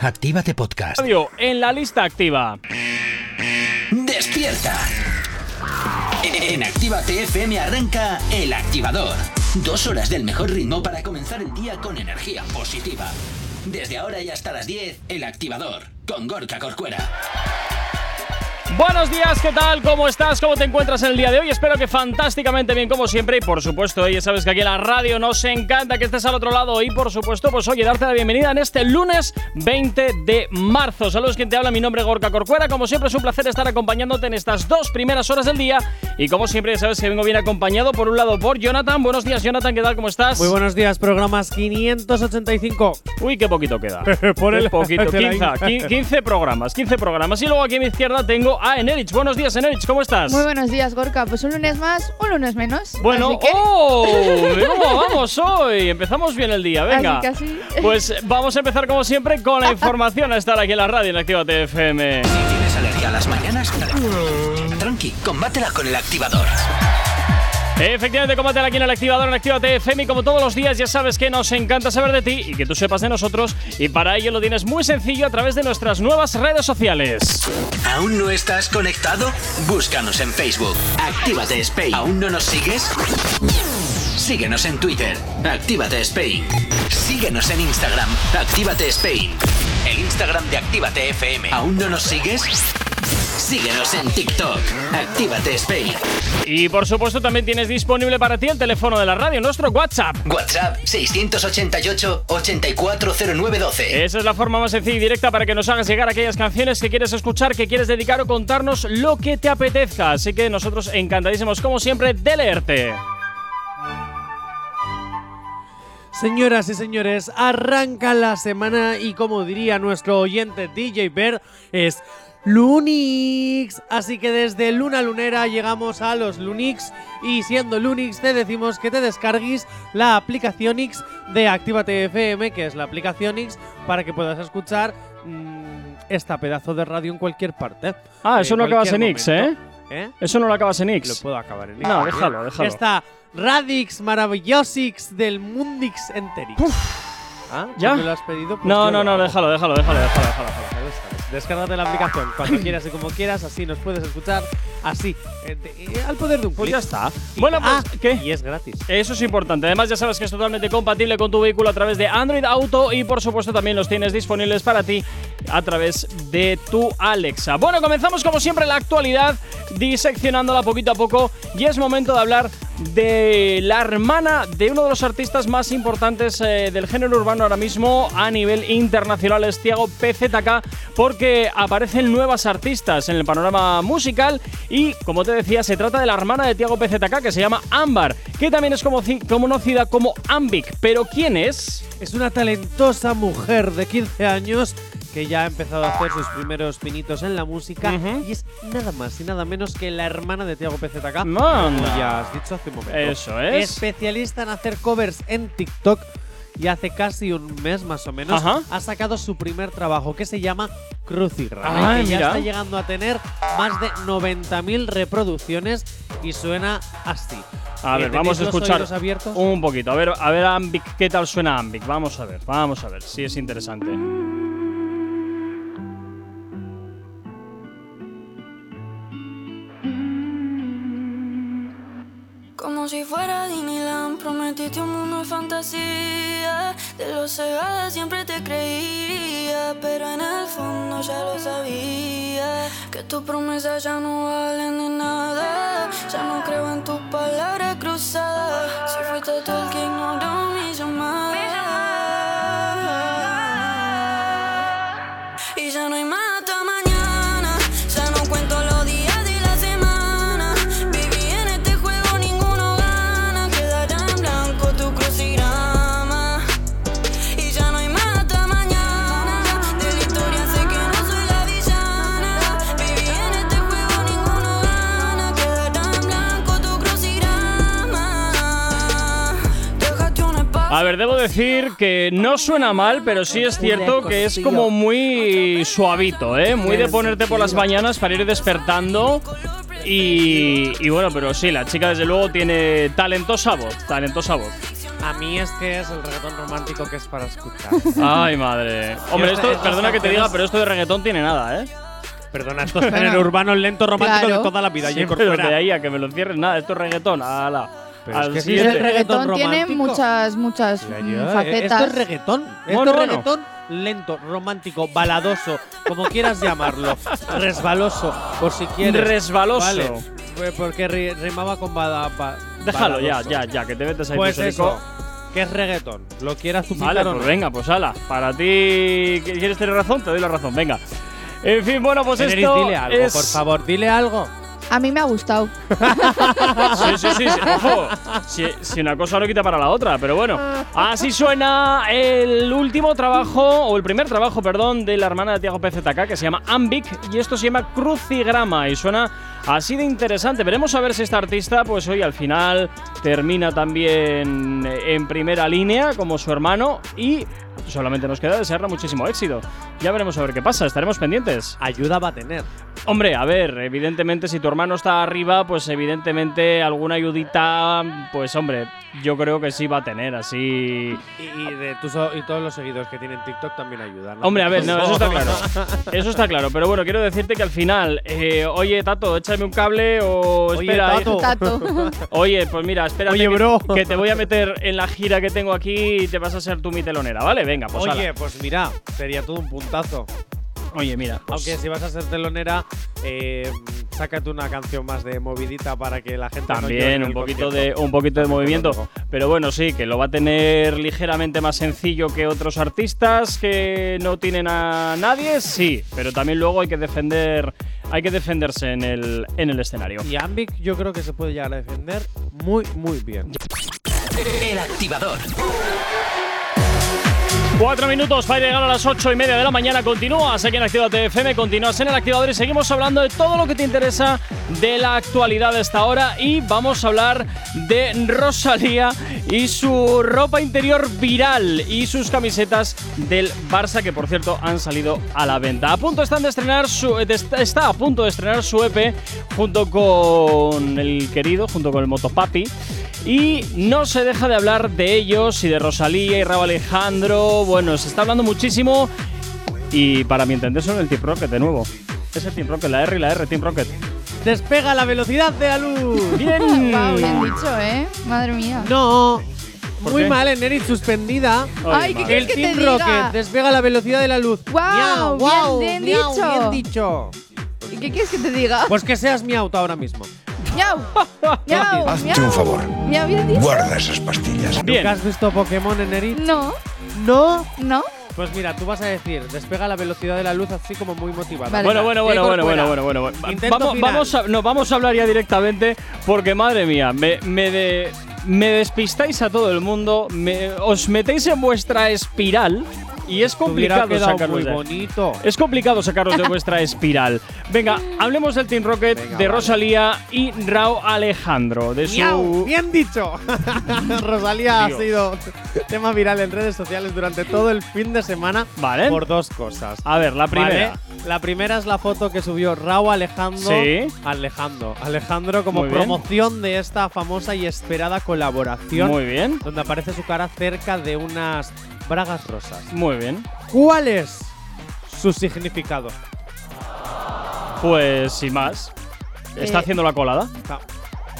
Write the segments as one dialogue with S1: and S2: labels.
S1: Actívate podcast.
S2: Radio en la lista activa.
S3: Despierta. En Actívate FM arranca El Activador. Dos horas del mejor ritmo para comenzar el día con energía positiva. Desde ahora y hasta las 10, El Activador, con Gorka Corcuera.
S2: Buenos días, ¿qué tal? ¿Cómo estás? ¿Cómo te encuentras en el día de hoy? Espero que fantásticamente bien, como siempre. Y por supuesto, ya sabes que aquí en la radio nos encanta que estés al otro lado. Y por supuesto, pues oye, darte la bienvenida en este lunes 20 de marzo. Saludos, quien te habla. Mi nombre es Gorka Corcuera. Como siempre, es un placer estar acompañándote en estas dos primeras horas del día. Y como siempre, ya sabes que vengo bien acompañado, por un lado, por Jonathan. Buenos días, Jonathan, ¿qué tal? ¿Cómo estás?
S4: Muy buenos días, programas 585.
S2: Uy, qué poquito queda.
S4: Por
S2: Qué
S4: el-
S2: poquito.
S4: te la
S2: 15,
S4: hice.
S2: 15 programas, 15 programas. Y luego aquí a mi izquierda tengo a Enerich. Buenos días, Enerich, ¿cómo estás?
S5: Muy buenos días, Gorka. Pues un lunes más, un lunes menos.
S2: Bueno,
S5: Así que-
S2: ¡oh! ¿Cómo vamos hoy? Empezamos bien el día, venga.
S5: Así que así.
S2: Pues vamos a empezar como siempre con la información a estar aquí en la radio en Activa TFM.
S3: Si tienes alergia a las mañanas, tranqui, combátela con El Activador.
S2: Eh, Efectivamente, combate aquí en el activador en Activa TFM y como todos los días ya sabes que nos encanta saber de ti y que tú sepas de nosotros y para ello lo tienes muy sencillo a través de nuestras nuevas redes sociales.
S3: ¿Aún no estás conectado? Búscanos en Facebook. Actívate Spain. ¿Aún no nos sigues? Síguenos en Twitter. Actívate Spain. Síguenos en Instagram. Actívate Spain. El Instagram de Actívate FM. ¿Aún no nos sigues? Síguenos en TikTok. Actívate Spain.
S2: Y por supuesto también tienes disponible para ti el teléfono de la radio, nuestro WhatsApp.
S3: WhatsApp 688 840912.
S2: Esa es la forma más sencilla y directa para que nos hagas llegar aquellas canciones que quieres escuchar, que quieres dedicar o contarnos lo que te apetezca. Así que nosotros encantadísimos, como siempre, de leerte.
S4: Señoras y señores, arranca la semana y como diría nuestro oyente DJ Bear, es Lunix. Así que desde Luna Lunera llegamos a los Lunix y siendo Lunix te decimos que te descargues la aplicación X de Actívate FM, que es la aplicación X, para que puedas escuchar mm, esta pedazo de radio en cualquier parte.
S2: Ah, eso no acabas en X,
S4: cualquier
S2: ¿eh?
S4: momento. ¿Eh?
S2: Eso no lo acabas en
S4: Lo
S2: X.
S4: puedo acabar en X.
S2: No, déjalo, déjalo.
S4: Está Radix Maravillosix del Mundix Enterix. ¿Ah?
S2: ¿Ya?
S4: ¿Ya? ¿Me lo has pedido? Pues
S2: No,
S4: yo
S2: no,
S4: lo
S2: no,
S4: hago.
S2: déjalo, Ah. déjalo, déjalo, déjalo.
S4: Déjalo, déjalo, déjalo. Descárgate la aplicación cuando quieras y como quieras, así nos puedes escuchar, así, eh, de- eh, al poder de un
S2: Pues
S4: clic.
S2: ya está. Bueno,
S4: Ah,
S2: pues, ¿qué?
S4: Y es gratis.
S2: Eso es importante. Además, ya sabes que es totalmente compatible con tu vehículo a través de Android Auto y, por supuesto, también los tienes disponibles para ti a través de tu Alexa. Bueno, comenzamos como siempre la actualidad, diseccionándola poquito a poco. Y es momento de hablar de la hermana de uno de los artistas más importantes eh, del género urbano ahora mismo a nivel internacional, es Tiago PZK, porque aparecen nuevas artistas en el panorama musical y, como te decía, se trata de la hermana de Tiago PZK que se llama Ámbar, que también es conoci- conocida como Ambic. ¿Pero quién es?
S4: Es una talentosa mujer de 15 años que ya ha empezado a hacer sus primeros pinitos en la música
S2: Ujú.
S4: y es nada más y nada menos que la hermana de Tiago PZK.
S2: Manda.
S4: Como ya has dicho hace un momento.
S2: Eso es.
S4: Especialista en hacer covers en TikTok y hace casi un mes más o menos
S2: Ajá.
S4: ha sacado su primer trabajo que se llama Crucigrama
S2: Ah,
S4: y que
S2: mira.
S4: ya está llegando a tener más de 90.000 reproducciones y suena así.
S2: A
S4: Eh,
S2: ver, vamos a
S4: ¿tenéis los
S2: escuchar
S4: oídos abiertos?
S2: un poquito. A ver, a ver, Ambic, ¿qué tal suena Ambic? Vamos a ver, vamos a ver si es interesante.
S6: Como si fuera Disneyland, prometiste un mundo de fantasía. De los cegados siempre te creía, pero en el fondo ya lo sabía. Que tus promesas ya no valen de nada. Ya no creo en tus palabras cruzadas. Si fuiste tú el que ignoró mi llamada. Y ya no hay más hasta mañana. Ya no cuento los días de la semana. Viví en este juego, ninguno gana. Quedará en blanco tu crucigrama. Y ya no hay más hasta mañana. De la historia sé que no soy la villana. Viví en este juego, ninguno gana. Quedará en blanco tu crucigrama. Déjate un espacio.
S2: A ver, debo decir que no suena mal, pero sí es cierto que es como muy suavito, ¿eh? Muy de ponerte por las mañanas para ir despertando. Y, y bueno, pero sí, la chica desde luego tiene talentosa voz, talentosa voz.
S4: A mí es que es el reggaetón romántico que es para escuchar.
S2: Ay, madre. Hombre,
S4: Yo-
S2: esto,
S4: estas
S2: perdona que te diga,
S4: canciones-
S2: pero esto de reggaetón tiene nada, ¿eh?
S4: Perdona, esto es género urbano lento romántico
S5: Claro.
S4: de toda la vida. y
S2: Siempre
S4: fuera.
S2: de ahí a que me lo encierres, nada, esto es reggaetón, ala.
S4: Pero
S2: Al
S4: es que sí,
S5: El
S2: siguiente.
S5: reggaetón tiene
S4: romántico.
S5: muchas, muchas
S4: Ya,
S5: mm,
S4: ya, eh,
S5: facetas.
S4: Esto es reggaetón. Esto
S2: Bueno,
S4: es
S2: bueno.
S4: reggaetón lento, romántico, baladoso, como quieras llamarlo. Resbaloso, por si quieres.
S2: Resbaloso.
S4: Vale, fue porque ri- rimaba con bada, ba-
S2: Déjalo ya,
S4: baladoso.
S2: ya, ya, que te metes ahí
S4: Pues
S2: tu serico.
S4: eso, que es reggaetón. Lo quieras tú
S2: Vale, pues venga, pues ala. Para ti, ¿quieres tener razón? Te doy la razón, venga. En fin, bueno, pues
S4: Daenerys,
S2: esto
S4: dile algo,
S2: es-
S4: por favor, dile algo.
S5: A mí me ha gustado.
S2: Sí, sí, sí, sí, ojo. Si, si una cosa no quita para la otra, pero bueno. Así suena el último trabajo, o el primer trabajo, perdón, de la hermana de Tiago PZK, que se llama Ambic, y esto se llama Crucigrama, y suena así de interesante. Veremos a ver si esta artista, pues hoy al final termina también en primera línea, como su hermano, y solamente nos queda desearle muchísimo éxito. Ya veremos a ver qué pasa, estaremos pendientes.
S4: Ayuda va a tener.
S2: Hombre, a ver, evidentemente si tu hermano está arriba, pues evidentemente alguna ayudita, pues hombre, yo creo que sí va a tener, así...
S4: Y, y de tus, o- y todos los seguidores que tienen TikTok también ayudan. ¿no?
S2: Hombre, a ver, no, eso está claro. Eso está claro, pero bueno, quiero decirte que al final, eh, oye, Tato, échame un cable o
S4: Oye,
S2: espera...
S4: Tato.
S2: hija-
S5: Tato.
S2: Oye, pues mira, espérate
S4: Oye,
S2: que-
S4: bro.
S2: Que, te voy a meter en la gira que tengo aquí y te vas a ser tú mi telonera, ¿vale? Venga, pues
S4: Oye,
S2: ala.
S4: pues mira, sería todo un puntazo.
S2: Oye, mira, pues-
S4: Aunque si vas a ser telonera, eh, sácate una canción más de movidita para que la gente no llore en
S2: También
S4: el
S2: un poquito, de,
S4: concierto.
S2: un poquito de movimiento.
S4: digo.
S2: Pero bueno, sí, que lo va a tener ligeramente más sencillo que otros artistas que no tienen a nadie, sí. Pero también luego hay que defender. Hay que defenderse en el, en el escenario.
S4: Y Ambic yo creo que se puede llegar a defender muy, muy bien.
S3: El activador.
S2: Cuatro minutos para llegar a las ocho y media de la mañana. Continúas aquí en Actívate FM, continúas en el activador y seguimos hablando de todo lo que te interesa de la actualidad de esta hora. Y vamos a hablar de Rosalía y su ropa interior viral y sus camisetas del Barça, que por cierto han salido a la venta. A punto están de estrenar su, de- está a punto de estrenar su EP junto con el querido, junto con el Motopapi. Y no se deja de hablar de ellos y de Rosalía y Raúl Alejandro. Bueno, se está hablando muchísimo. Y para mi entender, son el Team Rocket de nuevo. Es el Team Rocket, la R y la R, Team Rocket.
S4: ¡Despega la velocidad de la luz!
S2: ¡Bien!
S5: Guau, bien dicho, ¿eh? Madre mía.
S4: no.
S2: ¿Por
S4: Muy
S2: qué?
S4: mal, Enerit suspendida.
S5: Ay,
S2: madre.
S5: ¿qué quieres
S4: El
S5: que te
S4: Team
S5: diga?
S4: Rocket despega la velocidad de la luz.
S5: Guau, bien,
S4: Miau, guau,
S5: bien
S4: miau,
S5: dicho.
S4: bien dicho.
S5: ¿Y qué quieres que te diga?
S4: Pues que seas mi auto ahora mismo.
S5: ¡Miau! ¡Miau!
S1: Hazte
S5: miau.
S1: un favor.
S5: ¿Me habías dicho?
S1: Guarda esas pastillas.
S2: Bien.
S4: ¿Nunca has visto Pokémon, Enerit?
S5: No,
S4: No.
S5: no.
S4: Pues mira, tú vas a decir, despega la velocidad de la luz así como muy motivada.
S5: Vale.
S2: Bueno, bueno, bueno,
S4: Igor
S2: bueno,
S4: fuera.
S2: bueno, bueno, bueno, bueno.
S4: Intento
S2: Vamos,
S4: final.
S2: vamos a, no, vamos a hablar ya directamente porque, madre mía, me, me, de- me despistáis a todo el mundo, me- os metéis en vuestra espiral y es
S4: Hubiera
S2: complicado
S4: quedado
S2: sacarlo
S4: muy
S2: de ahí.
S4: bonito.
S2: Es complicado sacaros de vuestra espiral. Venga, hablemos del Team Rocket
S4: Venga,
S2: de
S4: vale.
S2: Rosalía y Rao Alejandro. De
S4: Miau,
S2: su.
S4: Bien dicho. Rosalía
S2: Dios.
S4: ha sido tema viral en redes sociales durante todo el fin de semana
S2: Vale.
S4: por dos cosas.
S2: A ver, la primera.
S4: Vale, La primera es la foto que subió Raúl Alejandro.
S2: Sí.
S4: Alejandro. Alejandro como
S2: Muy bien.
S4: promoción de esta famosa y esperada colaboración.
S2: Muy bien,
S4: Donde aparece su cara cerca de unas bragas rosas.
S2: muy bien.
S4: ¿Cuál es su significado?
S2: Pues sin más. Está
S5: Eh.
S2: haciendo la colada.
S4: Está-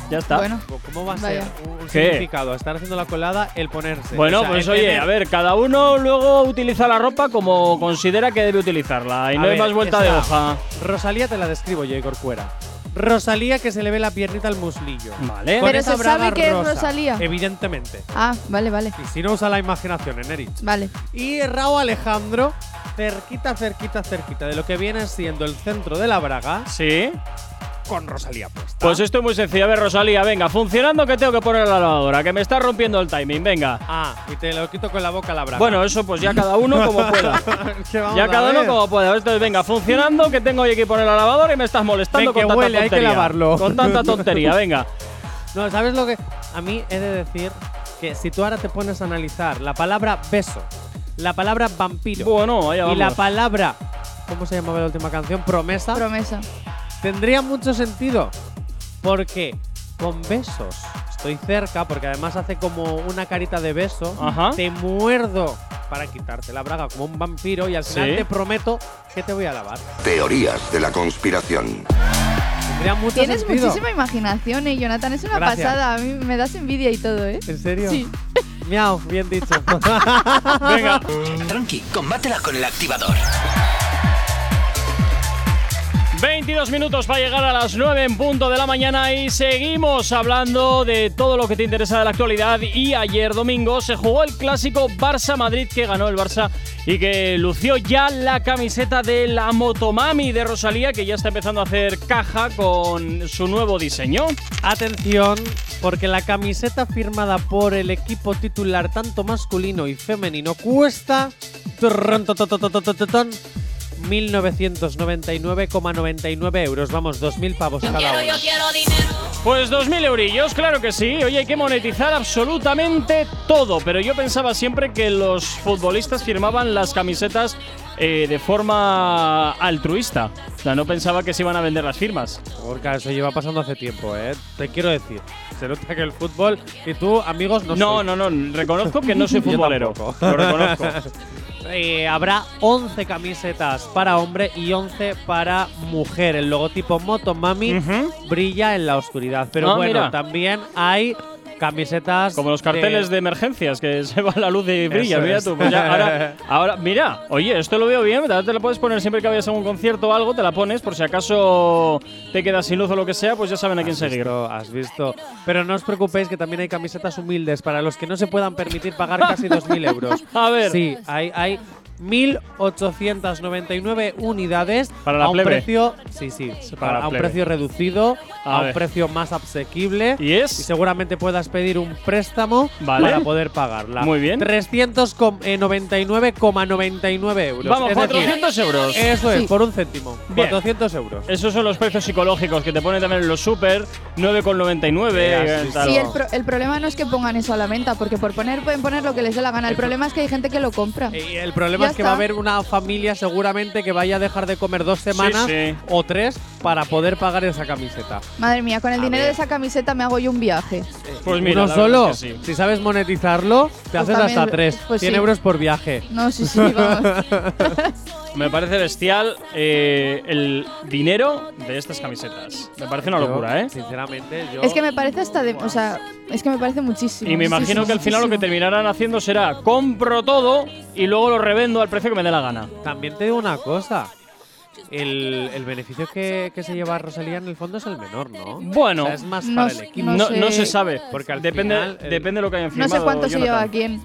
S2: Ya está.
S5: Bueno,
S4: ¿Cómo va a
S5: Vaya.
S4: ser un
S2: ¿Qué?
S4: significado? Están haciendo la colada el ponerse.
S2: Bueno,
S4: O sea,
S2: pues
S4: el
S2: oye,
S4: tener-
S2: a ver, cada uno luego utiliza la ropa como considera que debe utilizarla y
S4: A
S2: no hay
S4: ver,
S2: más vuelta
S4: está.
S2: de hoja.
S4: Rosalía te la describo yo, Igor Cuera. Rosalía que se le ve la piernita al muslillo.
S2: Vale.
S4: Con
S5: Pero
S4: esa
S5: se sabe
S4: braga
S5: que es
S4: rosa,
S5: Rosalía.
S4: Evidentemente.
S5: ah, vale, vale.
S4: Y si no usa la imaginación, Enerich.
S5: Vale.
S4: Y Raúl Alejandro, cerquita, cerquita, cerquita de lo que viene siendo el centro de la braga,
S2: Sí.
S4: con Rosalía puesta.
S2: Pues esto es muy sencillo. A ver, Rosalía, venga, funcionando que tengo que poner la lavadora, que me está rompiendo el timing, venga.
S4: Ah, y te lo quito con la boca la braga.
S2: Bueno, eso pues ya cada uno como pueda.
S4: Que vamos
S2: Ya
S4: a
S2: cada uno
S4: ver.
S2: como pueda. Entonces, venga, funcionando, que tengo hoy que poner la lavadora y me estás molestando
S4: Ven, que
S2: con tanta
S4: huele, hay que
S2: tontería.
S4: lavarlo.
S2: Con tanta tontería, venga.
S4: No, ¿sabes lo que? A mí he de decir que si tú ahora te pones a analizar la palabra beso, la palabra vampiro
S2: Bueno,
S4: y
S2: allá vamos.
S4: la palabra, ¿cómo se llamaba la última canción? Promesa,
S5: Promesa.
S4: tendría mucho sentido. Porque con besos estoy cerca, porque además hace como una carita de beso,
S2: Ajá.
S4: te muerdo para quitarte la braga como un vampiro y al
S2: Sí.
S4: final te prometo que te voy a lavar.
S1: Teorías de la conspiración.
S4: Tendría mucho
S5: Tienes
S4: sentido.
S5: muchísima imaginación, eh, Jonathan. Es una
S4: Gracias.
S5: pasada. A mí me das envidia y todo, ¿eh?
S4: ¿En serio?
S5: Sí.
S4: Miau, bien dicho.
S2: Venga.
S3: Tranqui, combátela con el activador.
S2: 22 minutos para llegar a las 9 en punto de la mañana y seguimos hablando de todo lo que te interesa de la actualidad y ayer domingo se jugó el clásico Barça-Madrid que ganó el Barça y que lució ya la camiseta de la Motomami de Rosalía que ya está empezando a hacer caja con su nuevo diseño.
S4: Atención, porque la camiseta firmada por el equipo titular, tanto masculino y femenino, cuesta trrrrón, tototototototon, 1.999,99 euros. Vamos, 2.000 pavos cada uno.
S2: Pues 2.000 eurillos, claro que sí. Oye, hay que monetizar absolutamente todo. Pero yo pensaba siempre que los futbolistas firmaban las camisetas eh, de forma altruista. O sea, no pensaba que se iban a vender las firmas.
S4: Gorka, eso lleva pasando hace tiempo, ¿eh? Te quiero decir, se nota que el fútbol y tú, amigos, no
S2: No,
S4: sois.
S2: no, no. Reconozco que no soy
S4: Yo
S2: futbolero.
S4: tampoco.
S2: Lo reconozco.
S4: Eh, habrá 11 camisetas para hombre y 11 para mujer. El logotipo Motomami
S2: Ujú.
S4: brilla en la oscuridad. Pero
S2: Ah,
S4: bueno,
S2: mira.
S4: también hay camisetas.
S2: Como los carteles de emergencias que se va la luz y brilla.
S4: Eso
S2: Mira
S4: es.
S2: tú. Pues ya, ahora, ahora- mira, oye, esto lo veo bien. Te la puedes poner siempre que vayas a un concierto o algo. Te la pones por si acaso te quedas sin luz o lo que sea. Pues ya saben a quién
S4: Has
S2: seguir.
S4: visto, has visto. Pero no os preocupéis que también hay camisetas humildes para los que no se puedan permitir pagar casi 2.000 euros.
S2: A ver.
S4: Sí, hay, hay 1.899 unidades
S2: Para la
S4: a un
S2: plebe.
S4: precio, sí, sí,
S2: para la
S4: a un
S2: plebe.
S4: precio reducido,
S2: A
S4: a,
S2: ver.
S4: un precio más asequible.
S2: ¿Y es?
S4: seguramente puedas pedir un préstamo
S2: Vale.
S4: para poder pagarla. eh,
S2: Muy bien.
S4: 399,99 euros.
S2: Vamos,
S4: Es decir,
S2: 400 euros.
S4: Eso es,
S5: Sí.
S4: por un céntimo.
S2: Bien.
S4: 400 euros.
S2: Esos son los precios psicológicos que te ponen también en los super, 9,99.
S4: Ya,
S2: eh,
S4: sí,
S2: tal.
S5: Sí, el, pro- el problema no es que pongan eso a la venta, porque por poner pueden poner lo que les dé la gana. El problema es que hay gente que lo compra.
S4: Eh, El problema
S5: Ya
S4: es que va a
S5: está.
S4: haber una familia seguramente que vaya a dejar de comer dos semanas
S2: sí.
S4: o tres para poder pagar esa camiseta.
S5: Madre mía, con el
S4: A
S5: dinero
S4: ver.
S5: de esa camiseta me hago yo un viaje.
S2: Pues mira,
S4: Uno
S2: la verdad
S4: solo,
S2: es que sí.
S4: si sabes monetizarlo, te haces
S5: también-
S4: hasta tres.
S5: pues
S4: 100
S5: sí.
S4: euros por viaje.
S5: No, sí, sí, vamos.
S2: Me parece bestial eh, el dinero de estas camisetas. Me parece una
S4: Yo,
S2: locura, ¿eh?
S4: Sinceramente, yo.
S5: es que me parece hasta de. O sea, es que me parece muchísimo.
S2: Y me imagino
S5: muchísimo,
S2: que al final lo que
S5: muchísimo.
S2: terminarán haciendo será compro todo y luego lo revendo al precio que me dé la gana.
S4: También te digo una cosa. El, el beneficio que, que se lleva Rosalía en el fondo es el menor, ¿no?
S2: Bueno.
S4: O sea, es más
S5: No
S4: para el
S5: sé,
S4: equipo.
S2: No,
S5: No sé.
S2: no se sabe,
S4: Porque al
S2: depende,
S4: final el-
S2: depende de lo que hayan
S5: No
S2: firmado.
S5: sé cuánto se lleva
S2: Jonathan.
S5: a quién.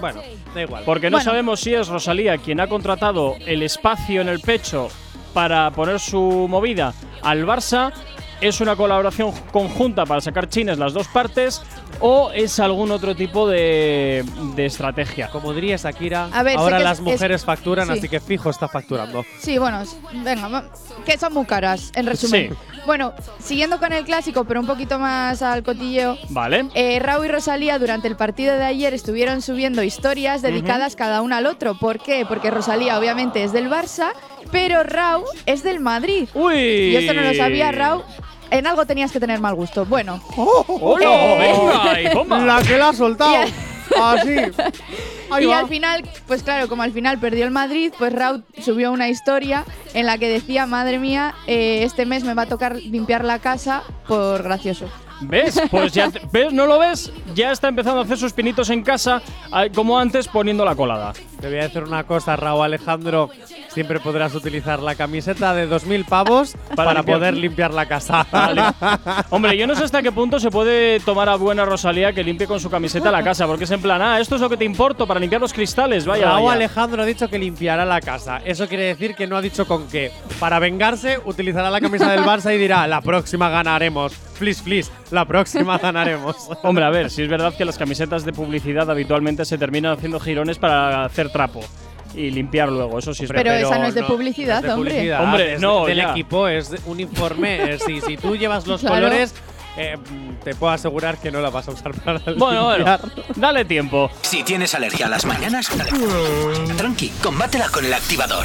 S4: Bueno, da igual.
S2: Porque no
S5: Bueno.
S2: sabemos si es Rosalía quien ha contratado el espacio en el pecho para poner su movida al Barça, es una colaboración conjunta para sacar chines las dos partes o es algún otro tipo de, de estrategia.
S4: Como diría Shakira,
S5: A ver, sé
S4: ahora
S5: que es-
S4: las
S5: es-
S4: mujeres facturan,
S5: sí.
S4: así que fijo está facturando.
S5: Sí, bueno, s- venga, va- que son muy caras, en resumen. Bueno, siguiendo con el clásico, pero un poquito más al cotilleo.
S2: ¿Vale?
S5: Eh, Raúl y Rosalía durante el partido de ayer estuvieron subiendo historias dedicadas cada una al otro. ¿Por qué? Porque Rosalía obviamente es del Barça, pero Raúl es del Madrid.
S2: ¡Uy!
S5: Y esto no lo sabía Raúl. En algo tenías que tener mal gusto. Bueno,
S2: ¡Hola!
S4: ¡Oh!
S5: Eh.
S2: Oh, ¡Venga! ¡Y bomba!
S4: que la ha soltado. Así.
S5: y al final, pues claro, como al final perdió el Madrid, pues Raúl subió una historia en la que decía, madre mía, eh, este mes me va a tocar limpiar la casa por gracioso.
S2: ¿Ves? Pues ya te- ¿Ves? ¿No lo ves? Ya está empezando a hacer sus pinitos en casa, ah, como antes poniendo la colada.
S4: Te voy a decir una cosa, Raúl Alejandro. Siempre podrás utilizar la camiseta de 2.000 pavos para,
S2: limpiar.
S4: poder limpiar la casa.
S2: Vale. Hombre, yo no sé hasta qué punto se puede tomar a buena Rosalía que limpie con su camiseta la casa, porque es en plan, ah, esto es lo que te importo para limpiar los cristales, vaya.
S4: Raúl
S2: vaya.
S4: Alejandro ha dicho que limpiará la casa. Eso quiere decir que no ha dicho con qué. Para vengarse, utilizará la camisa del Barça y dirá: La próxima ganaremos. Flis, flis, la próxima ganaremos.
S2: Hombre, a ver, si es verdad que las camisetas de publicidad habitualmente se terminan haciendo girones para hacer trapo y limpiar luego, eso sí es
S5: Pero
S2: verdad.
S5: esa no es de publicidad,
S4: es de
S5: hombre.
S4: publicidad,
S2: Hombre,
S4: es
S2: no,
S4: del
S2: ya.
S4: equipo, es de- un informe. eh, si, si tú llevas los
S5: Claro.
S4: colores, eh, mm, te puedo asegurar que no la vas a usar para
S2: Bueno, bueno,
S4: limpiar.
S2: dale tiempo.
S3: Si tienes alergia a las mañanas, dale. tranqui, combátela con el activador.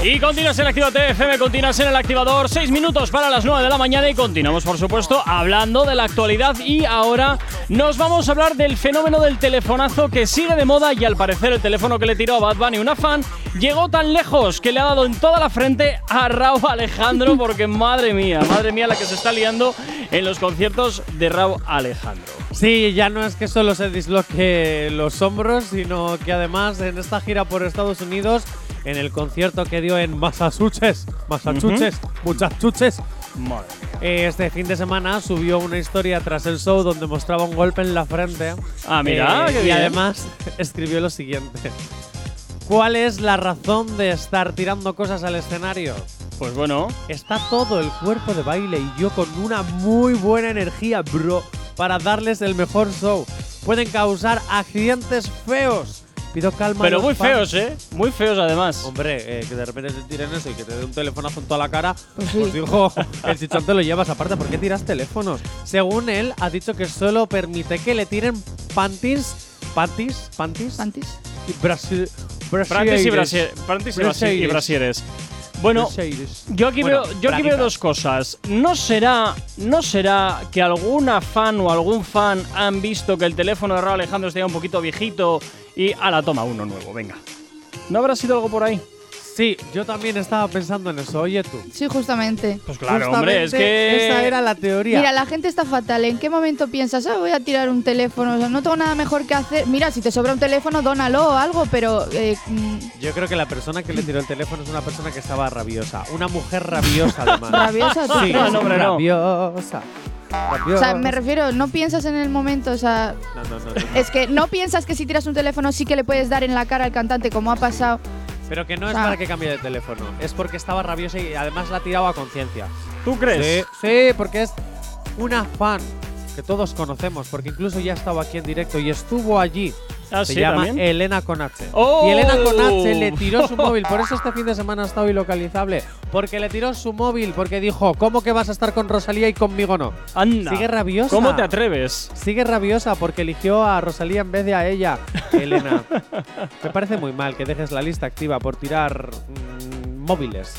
S2: Y continúas en Activa TFM, continúas en el activador. Seis minutos para las 9 de la mañana y continuamos, por supuesto, hablando de la actualidad. Y ahora nos vamos a hablar del fenómeno del telefonazo que sigue de moda y al parecer el teléfono que le tiró a Bad Bunny una fan llegó tan lejos que le ha dado en toda la frente a Raúl Alejandro porque madre mía, madre mía la que se está liando en los conciertos de Raúl Alejandro.
S4: Sí, ya no es que solo se disloque los hombros, sino que además en esta gira por Estados Unidos, en el concierto que dio en Massachusetts, Massachusetts, Massachusetts,
S2: Madre mía.
S4: eh, este fin de semana subió una historia tras el show donde mostraba un golpe en la frente. Eh,
S2: Ah, mira, qué
S4: y
S2: bien.
S4: además escribió lo siguiente. ¿Cuál es la razón de estar tirando cosas al escenario?
S2: Pues bueno,
S4: Está todo el cuerpo de baile y yo con una muy buena energía, bro, para darles el mejor show. Pueden causar accidentes feos. Pido calma. a
S2: pero
S4: los
S2: muy
S4: fans.
S2: feos, ¿eh? Muy feos además.
S4: Hombre, eh, que de repente te tiren eso y que te dé un telefonazo en toda la cara, pues,
S5: sí.
S4: hijo, el chichón te lo llevas aparte. ¿Por qué tiras teléfonos? Según él, ha dicho que solo permite que le tiren panties, panties, panties,
S5: Antes.
S4: y brasi-
S2: Francis y
S4: brasieiros.
S2: Brasier. Francis y Brasi- y
S4: Brasieiros.
S2: Brasieres. Bueno,
S4: Brasieiros.
S2: Yo aquí,
S4: Bueno,
S2: veo, yo aquí veo
S4: braguitas.
S2: dos cosas. ¿No será, ¿No será que alguna fan o algún fan han visto que el teléfono de Raúl Alejandro está ya un poquito viejito y a la toma uno nuevo? Venga. ¿No habrá sido algo por ahí?
S4: Sí, yo también estaba pensando en eso. Oye, tú.
S5: Sí, justamente.
S2: Pues claro, hombre, es que.
S4: Esa era la teoría.
S5: Mira, la gente está fatal. ¿En qué momento piensas, ah, voy a tirar un teléfono? O sea, no tengo nada mejor que hacer. Mira, si te sobra un teléfono, dónalo o algo, pero. eh, mm,
S4: Yo creo que la persona que le tiró el teléfono es una persona que estaba rabiosa. Una mujer rabiosa, además.
S5: Rabiosa, ¿tú
S4: sí,
S5: crees?
S2: No, hombre, no.
S4: rabiosa.
S5: o sea,
S4: Rabiosa.
S5: me refiero, no piensas en el momento, o sea.
S4: No, no, no, no.
S5: Es que no piensas que si tiras un teléfono sí que le puedes dar en la cara al cantante, como ha pasado.
S4: Pero que no
S5: O
S4: es
S5: sea-
S4: para que cambie de teléfono. Es porque estaba rabiosa y además la tiraba a conciencia.
S2: ¿Tú crees?
S4: Sí, sí, porque es una fan que todos conocemos, porque incluso ya estaba aquí en directo y estuvo allí.
S2: Ah,
S4: Se
S2: sí,
S4: llama
S2: también.
S4: Elena Conache.
S2: ¡Oh!
S4: Y Elena Conache le tiró su móvil, por eso este fin de semana ha estado ilocalizable. Porque le tiró su móvil, porque dijo, ¿cómo que vas a estar con Rosalía y conmigo no?
S2: Anda.
S4: Sigue rabiosa.
S2: ¿Cómo te atreves?
S4: Sigue rabiosa porque eligió a Rosalía en vez de a ella, Elena. Me parece muy mal que dejes la lista activa por tirar mm, móviles.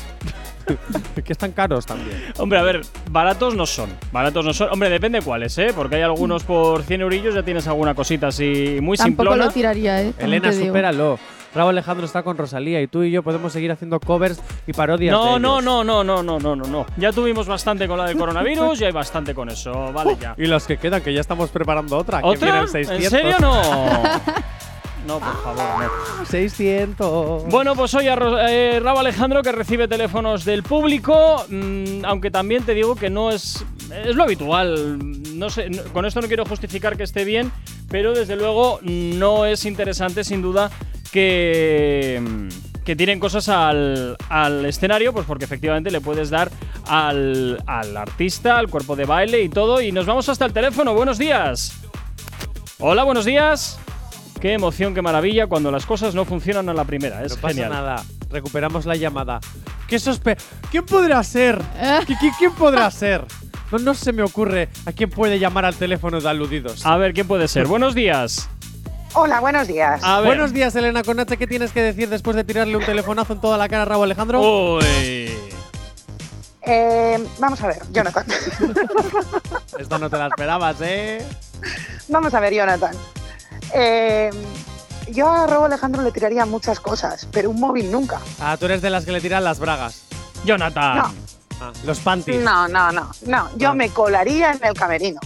S4: que están caros también.
S2: Hombre, a ver, baratos no son. Baratos no son. Hombre, depende cuáles, ¿eh? Porque hay algunos por 100 eurillos, ya tienes alguna cosita así muy
S5: Tampoco
S2: simplona.
S5: lo tiraría, ¿eh? También
S4: Elena,
S5: te digo.
S4: supéralo. Raúl Alejandro está con Rosalía y tú y yo podemos seguir haciendo covers y parodias.
S2: No,
S4: de
S2: no,
S4: ellos.
S2: no, no, no, no, no, no, no. Ya tuvimos bastante con la del coronavirus y hay bastante con eso. Vale, ya.
S4: Uh, Y las que quedan, que ya estamos preparando otra. Que viene
S2: ¿Otra?
S4: el 600.
S2: ¿En serio no? No, por favor, no.
S4: 600.
S2: Bueno, pues hoy a Ro- eh, Rabo Alejandro que recibe teléfonos del público, mm, aunque también te digo que no es, es lo habitual. No sé, no- con esto no quiero justificar que esté bien, pero desde luego no es interesante sin duda que, mm, que tiren cosas al, al escenario, pues porque efectivamente le puedes dar al, al artista, al cuerpo de baile y todo. Y nos vamos hasta el teléfono, buenos días. Hola, buenos días. Qué emoción, qué maravilla cuando las cosas no funcionan a la primera. Es
S4: no pasa
S2: genial.
S4: nada. Recuperamos la llamada. ¿Qué sospe ¿Quién podrá ser?
S5: Eh.
S4: ¿Qui- qui- ¿Quién podrá ser? No, no se me ocurre a quién puede llamar al teléfono de aludidos.
S2: A ver, ¿quién puede ser? Buenos días.
S7: Hola, buenos días.
S2: A ver.
S4: Buenos días, Elena Conache. ¿Qué tienes que decir después de tirarle un telefonazo en toda la cara a Raúl Alejandro?
S2: Oh. Uy.
S7: Eh, vamos a ver, Jonathan.
S4: Esto no te la esperabas, ¿eh?
S7: vamos a ver, Jonathan. Eh, yo a Robo Alejandro le tiraría muchas cosas, pero un móvil nunca.
S4: Ah, tú eres de las que le tiran las bragas.
S2: Jonathan.
S7: No.
S4: Ah, los panties.
S7: No, no, no, no. Yo
S4: Ah.
S7: me colaría en el camerino.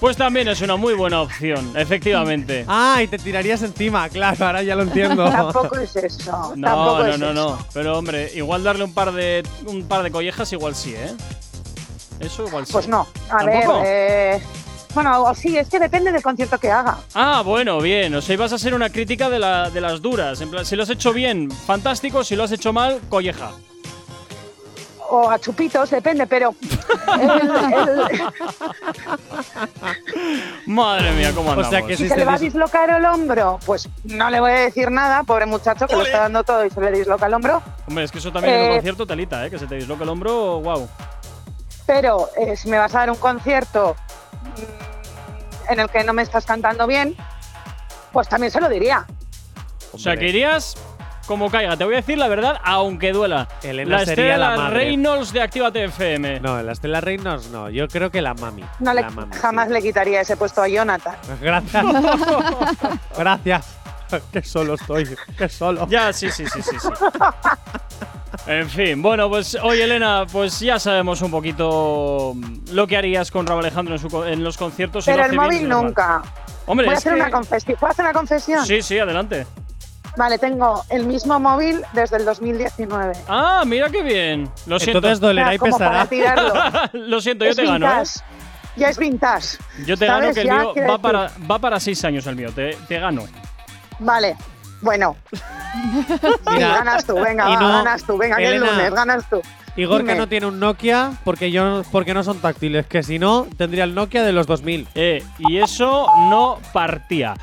S2: Pues también es una muy buena opción, efectivamente.
S4: Ah, y te tirarías encima, claro, ahora ya lo entiendo.
S7: Tampoco es eso.
S2: No,
S7: tampoco
S2: no,
S7: es
S2: no,
S7: eso.
S2: no. Pero hombre, igual darle un par de un par de collejas igual sí, ¿eh? Eso igual sí.
S7: Pues no. A ver,
S2: ¿Tampoco?
S7: eh, bueno, sí, es que depende del concierto que haga.
S2: Ah, bueno, bien. O sea, ibas a ser una crítica de, la- de las duras. En plan, si lo has hecho bien, fantástico. Si lo has hecho mal, colleja.
S7: O a chupitos, depende, pero. el- el-
S2: Madre mía, cómo
S4: O
S2: andamos.
S4: sea que
S7: si
S4: si
S7: se
S4: te
S7: le va a
S4: dis-
S7: dislocar el hombro, pues no le voy a decir nada, pobre muchacho que lo está dando todo y se le disloca el hombro.
S2: Hombre, es que eso también en un
S7: Eh,
S2: concierto telita, ¿eh? Que se te disloca el hombro, wow.
S7: Pero eh, si me vas a dar un concierto mm, en el que no me estás cantando bien, pues también se lo diría.
S2: O sea,
S4: Hombre.
S2: que irías como caiga. Te voy a decir la verdad, aunque duela.
S4: Elena
S2: la
S4: sería la
S2: Estela
S4: madre.
S2: Reynolds de Actívate FM.
S4: No, en la Estela Reynolds no. Yo creo que la mami.
S7: No le,
S4: la mami,
S7: jamás
S4: sí.
S7: le quitaría ese puesto a Jonathan.
S4: Gracias. Gracias. Qué solo estoy. Qué solo.
S2: Ya, sí, sí, sí, sí, sí. En fin, bueno, pues hoy Elena, pues ya sabemos un poquito mm, lo que harías con Raúl Alejandro en, su co- en los conciertos. y
S7: Pero
S2: lo
S7: el
S2: hace bien,
S7: móvil
S2: es normal.
S7: nunca.
S2: Hombre,
S7: Voy a
S2: es
S7: hacer
S2: que-
S7: una confesión. ¿Puedo hacer una confesión?
S2: Sí, sí, adelante.
S7: Vale, tengo el mismo móvil desde el 2019.
S2: Ah, mira qué bien. Lo siento.
S4: Entonces dolerá y
S7: como para
S4: pesará.
S7: tirarlo.
S2: lo siento, yo
S7: Es
S2: te gano. ¿eh?
S7: vintage. Ya es vintage.
S2: Yo te
S7: ¿Sabes?
S2: gano que el
S7: Ya
S2: mío
S7: quiero
S2: va
S7: decir-
S2: para, va para seis años el mío, te, te gano.
S7: Vale. Bueno, sí,
S4: Mira,
S7: ganas tú, venga,
S4: y
S7: va,
S4: no-
S7: ganas tú, venga, que es
S4: Elena,
S7: lunes, ganas tú.
S4: Igor que
S7: Dime.
S4: no tiene un Nokia porque yo porque no son táctiles, que si no tendría el Nokia de los 2000.
S2: Eh, y eso no partía.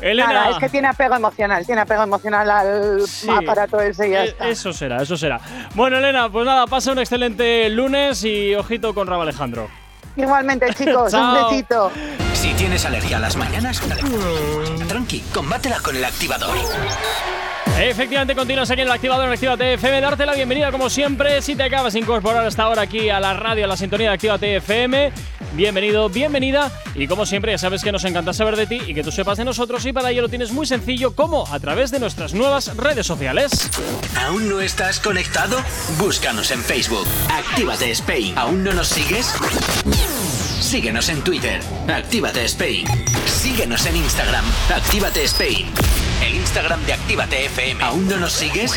S2: Elena. eh,
S7: Nada, es que tiene apego emocional, tiene apego emocional al
S2: Sí.
S7: aparato ese y ya
S2: eh,
S7: está.
S2: Eso será, eso será. Bueno, Elena, pues nada, pasa un excelente lunes y ojito con Raba Alejandro.
S7: Igualmente, chicos, un
S2: Chao.
S7: besito.
S3: Si tienes alergia a las mañanas, dale. tranqui, combátela con el activador.
S2: Efectivamente, continúas aquí en el activador en Actívate FM. Darte la bienvenida, como siempre, si te acabas de incorporar hasta ahora aquí a la radio, a la sintonía de Actívate FM. Bienvenido, bienvenida. Y como siempre, ya sabes que nos encanta saber de ti y que tú sepas de nosotros. Y para ello lo tienes muy sencillo, como a través de nuestras nuevas redes sociales.
S3: ¿Aún no estás conectado? Búscanos en Facebook. Actívate Spain. ¿Aún no nos sigues? Síguenos en Twitter. Actívate Spain. Síguenos en Instagram. Actívate Spain. El Instagram de Actívate FM. ¿Aún no nos sigues?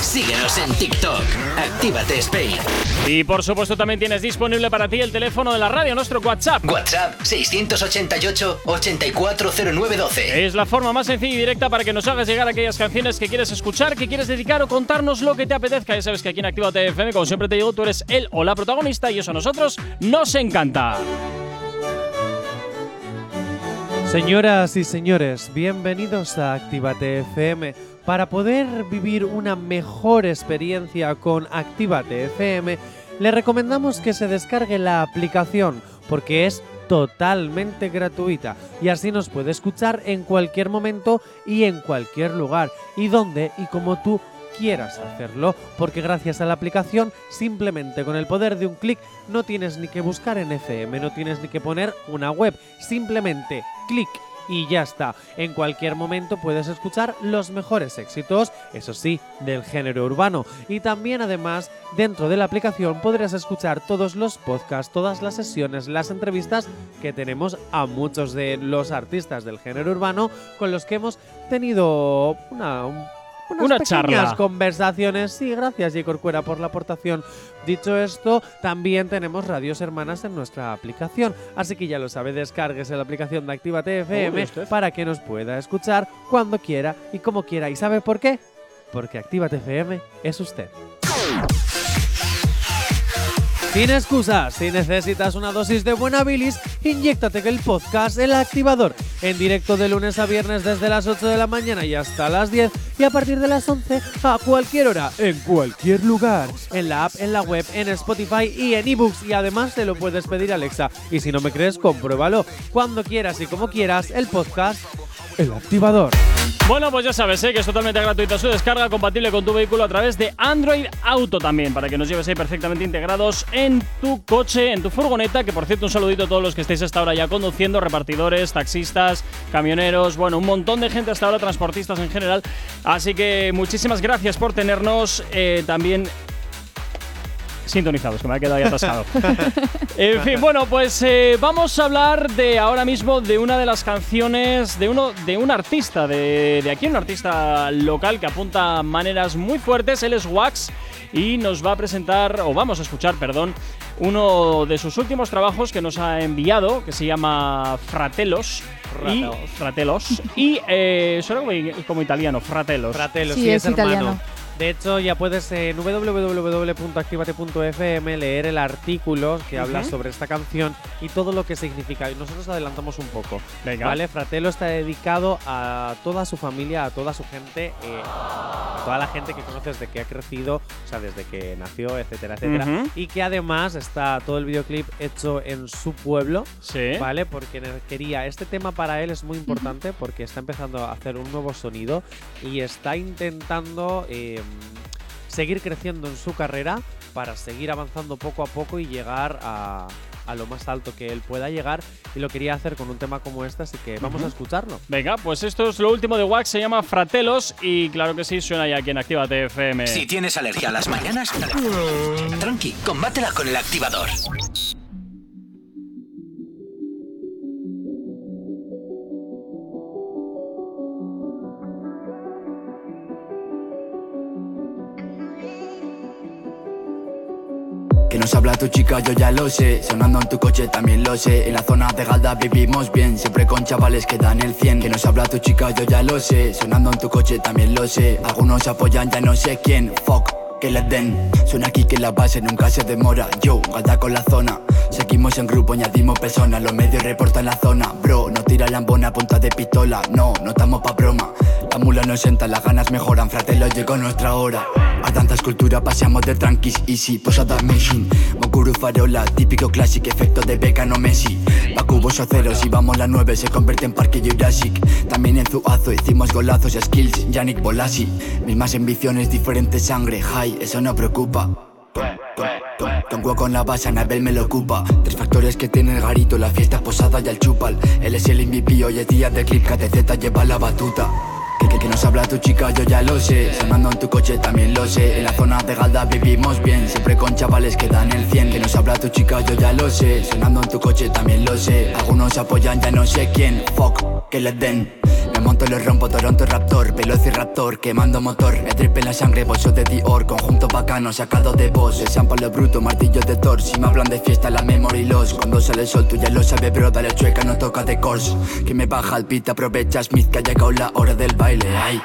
S3: Síguenos en TikTok. Actívate Spain.
S2: Y por supuesto, también tienes disponible para ti el teléfono de la radio, nuestro WhatsApp.
S3: WhatsApp 688 840912.
S2: Es la forma más sencilla y directa para que nos hagas llegar aquellas canciones que quieres escuchar, que quieres dedicar o contarnos lo que te apetezca. Ya sabes que aquí en Activa FM, como siempre te digo, tú eres el o la protagonista y eso a nosotros nos encanta.
S4: Señoras y señores, bienvenidos a Actívate FM. Para poder vivir una mejor experiencia con Actívate FM, le recomendamos que se descargue la aplicación porque es totalmente gratuita y así nos puede escuchar en cualquier momento y en cualquier lugar y donde y como tú quieras hacerlo, porque gracias a la aplicación, simplemente con el poder de un clic, no tienes ni que buscar en FM, no tienes ni que poner una web, simplemente clic. Y ya está, en cualquier momento puedes escuchar los mejores éxitos, eso sí, del género urbano. Y también además, dentro de la aplicación podrás escuchar todos los podcasts, todas las sesiones, las entrevistas que tenemos a muchos de los artistas del género urbano con los que hemos tenido una, unas
S2: Una
S4: pequeñas
S2: charla.
S4: conversaciones. Sí, gracias, J. Corcuera, por la aportación. Dicho esto, también tenemos radios hermanas en nuestra aplicación. Así que ya lo sabe, descargues la aplicación de Actívate
S2: Uy,
S4: FM
S2: usted.
S4: para que nos pueda escuchar cuando quiera y como quiera. ¿Y sabe por qué? Porque Actívate FM es usted. Sin excusas, si necesitas una dosis de buena bilis, inyéctate el podcast El Activador, en directo de lunes a viernes desde las 8 de la mañana y hasta las 10 y a partir de las 11 a cualquier hora, en cualquier lugar, en la app, en la web, en Spotify y en ebooks y además te lo puedes pedir a Alexa y si no me crees, compruébalo cuando quieras y como quieras, el podcast El Activador.
S2: Bueno, pues ya sabes ¿eh? que es totalmente gratuita su descarga, compatible con tu vehículo a través de Android Auto también, para que nos lleves ahí perfectamente integrados en tu coche, en tu furgoneta, que por cierto un saludito a todos los que estéis hasta ahora ya conduciendo, repartidores, taxistas, camioneros, bueno, un montón de gente hasta ahora, transportistas en general. Así que muchísimas gracias por tenernos eh, también sintonizados, que me ha quedado ahí atascado. en fin, bueno, pues eh, vamos a hablar de ahora mismo de una de las canciones de uno de un artista de, de aquí, un artista local que apunta maneras muy fuertes. Él es Wax y nos va a presentar, o vamos a escuchar, perdón, uno de sus últimos trabajos que nos ha enviado, que se llama Fratelos. Y, fratelos. y eh, suena como, como italiano, Fratelos.
S4: Fratello,
S5: Sí, sí, es es hermano. italiano.
S4: De hecho, ya puedes eh, en www.activate.fm leer el artículo que habla sobre esta canción y todo lo que significa. Y nosotros adelantamos un poco.
S2: Venga.
S4: Vale, Fratello está dedicado a toda su familia, a toda su gente, eh, a toda la gente que conoce desde que ha crecido, o sea, desde que nació, etcétera, etcétera.
S2: Ujú.
S4: Y que además está todo el videoclip hecho en su pueblo.
S2: Sí.
S4: ¿Vale? Porque ne- quería. Este tema para él es muy importante porque está empezando a hacer un nuevo sonido y está intentando eh, seguir creciendo en su carrera para seguir avanzando poco a poco y llegar a, a lo más alto que él pueda llegar. Y lo quería hacer con un tema como este, así que vamos a escucharlo.
S2: Venga, pues esto es lo último de Wax, se llama Fratelos y claro que sí, suena ya aquí en Actívate FM.
S3: Si tienes alergia a las mañanas, tranqui, combátela con el activador.
S8: Que nos habla tu chica, yo ya lo sé. Sonando en tu coche también lo sé. En la zona de Galda vivimos bien, siempre con chavales que dan el 100. Que nos habla tu chica, yo ya lo sé. Sonando en tu coche también lo sé. Algunos apoyan, ya no sé quién. Fuck, que les den. Suena aquí que la base nunca se demora. Yo, Galda con la zona. Seguimos en grupo, añadimos personas. Los medios reportan la zona. Bro, no tira lambona a punta de pistola. No, no estamos pa' broma. La mula nos senta, las ganas mejoran. Fratelo, llegó nuestra hora. A tantas culturas pasamos de tranquis, easy, posada machine Mokuru farola, típico clásico, efecto de Beckham o Messi Bakubos o ceros, y vamos la 9, se convierte en parque Jurassic También en Zuazo, hicimos golazos, skills, Yannick Bolasi Mismas ambiciones, diferente sangre, high, eso no preocupa Tongo con la base, Anabel me lo ocupa. Tres factores que tiene el garito, la fiesta posada y el chupal. Él es el MVP, hoy es día de clip, KTZ lleva la batuta. Que, que, que nos habla tu chica, yo ya lo sé. Sonando en tu coche también lo sé. En la zona de Galda vivimos bien, siempre con chavales que dan el 100. Que nos habla tu chica, yo ya lo sé. Sonando en tu coche también lo sé. Algunos apoyan, ya no sé quién. Fuck, que les den. Me monto y lo rompo, Toronto Raptor, Velociraptor, quemando motor, me tripe en la sangre, bolso de Dior, conjunto bacano, sacado de vos, el San Pablo bruto, martillo de Thor, si me hablan de fiesta, la memory loss, cuando sale el sol, tú ya lo sabes, bro, dale chueca, no toca de course, que me baja el pit, aprovecha Smith, que ha llegado la hora del baile, ay.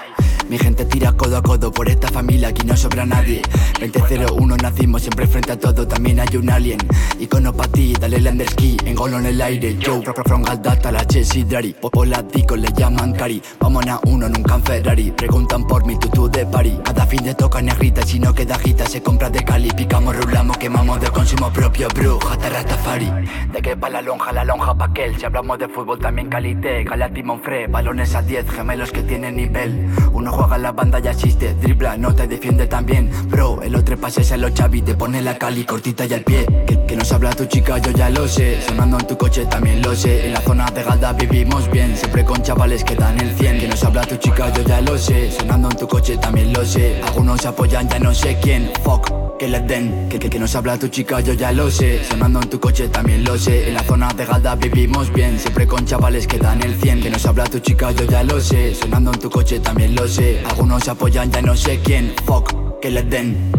S8: Mi gente tira codo a codo por esta familia, aquí no sobra nadie. 2001 nacimos siempre frente a todo, también hay un alien. Icono pa' ti, dale el underski, engolo en el aire. Yo, fra- fra- from Galdata hasta la Chelsea Dari. O la Dico le llaman Cari. Vamos a uno, nunca en Ferrari. Preguntan por mi tutú de Pari. Cada fin de toca negrita, si no queda gita, se compra de Cali. Picamos, rulamos, quemamos de consumo propio, bruja, terratafari. De que pa' la lonja, la lonja pa' aquel. Si hablamos de fútbol, también Calité, Galati Monfré, balones a 10, gemelos que tienen nivel. Uno juega en la banda y asiste, dribla, no te defiende también. Bro, el otro pase es el Xavi, te pone la Cali cortita y al pie. Que, que nos habla tu chica, yo ya lo sé. Sonando en tu coche también lo sé. En la zona de Galda vivimos bien, siempre con chavales que dan el 100. Que nos habla tu chica, yo ya lo sé. Sonando en tu coche también lo sé. Algunos apoyan, ya no sé quién. Fuck, que les den. Que, que, que nos habla tu chica, yo ya lo sé. Sonando en tu coche también lo sé. En la zona de Galda vivimos bien, siempre con chavales que dan el 100. Que nos habla tu chica, yo ya lo sé. Sonando en tu coche también lo sé. Algunos apoyan, ya no sé quién. Fuck, que les den.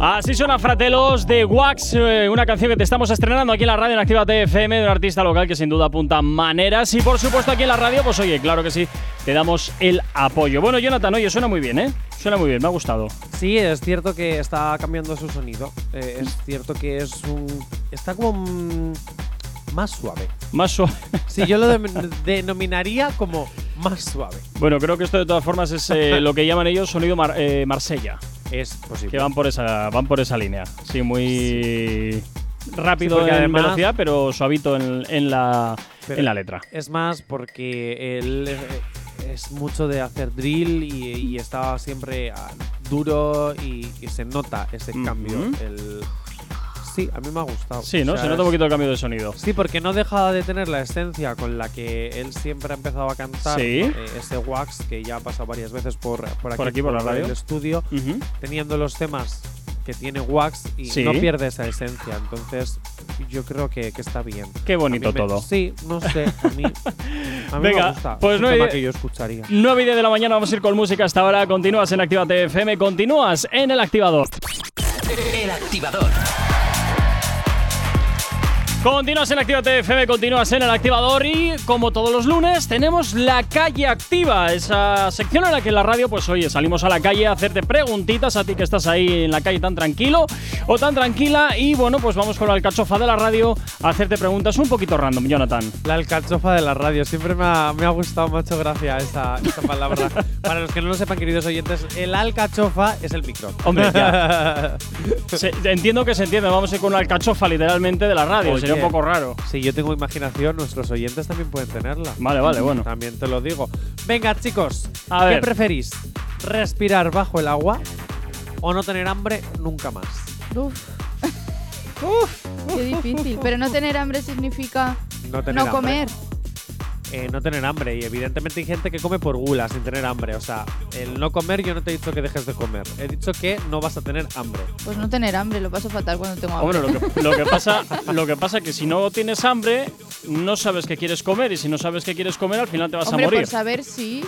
S2: Así suena Fratelos de Wax, eh, una canción que te estamos estrenando aquí en la radio en Activa TFM de un artista local que sin duda apunta maneras y por supuesto aquí en la radio, pues oye, claro que sí, te damos el apoyo. Bueno, Jonathan, oye, suena muy bien, ¿eh? Suena muy bien, me ha gustado.
S4: Sí, es cierto que está cambiando su sonido. Eh, es cierto que es un. Está como. mm, más suave.
S2: Más suave.
S4: Sí, yo lo de- denominaría como más suave.
S2: Bueno, creo que esto de todas formas es eh, lo que llaman ellos sonido mar- eh, Marsella,
S4: Es posible.
S2: que van por esa van por esa línea. Sí, muy
S4: Sí,
S2: rápido
S4: porque
S2: en
S4: además-
S2: velocidad, pero suavito en, en la,
S4: Pero
S2: en la letra.
S4: Es más porque él eh, es mucho de hacer drill y, y está siempre ah, duro y, y se nota ese
S2: Ujú.
S4: cambio. El- Sí, a mí me ha gustado.
S2: Sí, ¿no?
S4: O sea,
S2: Se nota un
S4: es-
S2: poquito el cambio de sonido.
S4: Sí, porque no deja de tener la esencia con la que él siempre ha empezado a cantar.
S2: Sí.
S4: ¿no? Eh, Ese wax que ya ha pasado varias veces por, por aquí,
S2: aquí, por la radio.
S4: el estudio,
S2: Ujú.
S4: teniendo los temas que tiene wax y
S2: Sí.
S4: no pierde esa esencia. Entonces, yo creo que, que está bien.
S2: Qué bonito
S4: A mí me-
S2: todo.
S4: Sí, no sé. A mí, a mí
S2: Venga,
S4: me gusta.
S2: pues
S4: es
S2: no
S4: un
S2: hay-
S4: tema que yo escucharía.
S2: 9 y 10 de la mañana vamos a ir con música hasta ahora. Continúas en Activa FM, continúas en el activador.
S3: El activador.
S2: Continúas en Activa TFM, continúas en el activador y como todos los lunes tenemos la calle activa, esa sección en la que en la radio pues oye, salimos a la calle a hacerte preguntitas a ti que estás ahí en la calle tan tranquilo o tan tranquila y bueno pues vamos con la alcachofa de la radio a hacerte preguntas un poquito random, Jonathan.
S4: La alcachofa de la radio. Siempre me ha, me ha gustado, macho, gracia esta, esta palabra. Para los que no lo sepan, queridos oyentes, el alcachofa es el micro.
S2: Hombre, ya. Se- entiendo que se entiende, vamos a ir con una alcachofa literalmente de la radio,
S4: Oye.
S2: sería un poco raro.
S4: Si yo tengo imaginación, nuestros oyentes también pueden tenerla.
S2: Vale, vale, bueno.
S4: También te lo digo. Venga, chicos,
S2: A
S4: ¿qué
S2: ver.
S4: preferís? ¿Respirar bajo el agua o no tener hambre nunca más?
S5: Uf. Qué difícil. Pero no tener hambre significa
S4: No tener
S5: no
S4: hambre.
S5: comer.
S4: Eh, no tener hambre. Y evidentemente hay gente que come por gula sin tener hambre. O sea, el no comer, yo no te he dicho que dejes de comer. He dicho que no vas a tener hambre.
S5: Pues no tener hambre, lo paso fatal cuando tengo hambre.
S2: Hombre, Ah, lo que, lo que pasa lo que pasa que si no tienes hambre, no sabes qué quieres comer y si no sabes qué quieres comer, al final te vas
S5: Hombre, pues,
S2: a morir.
S5: por saber si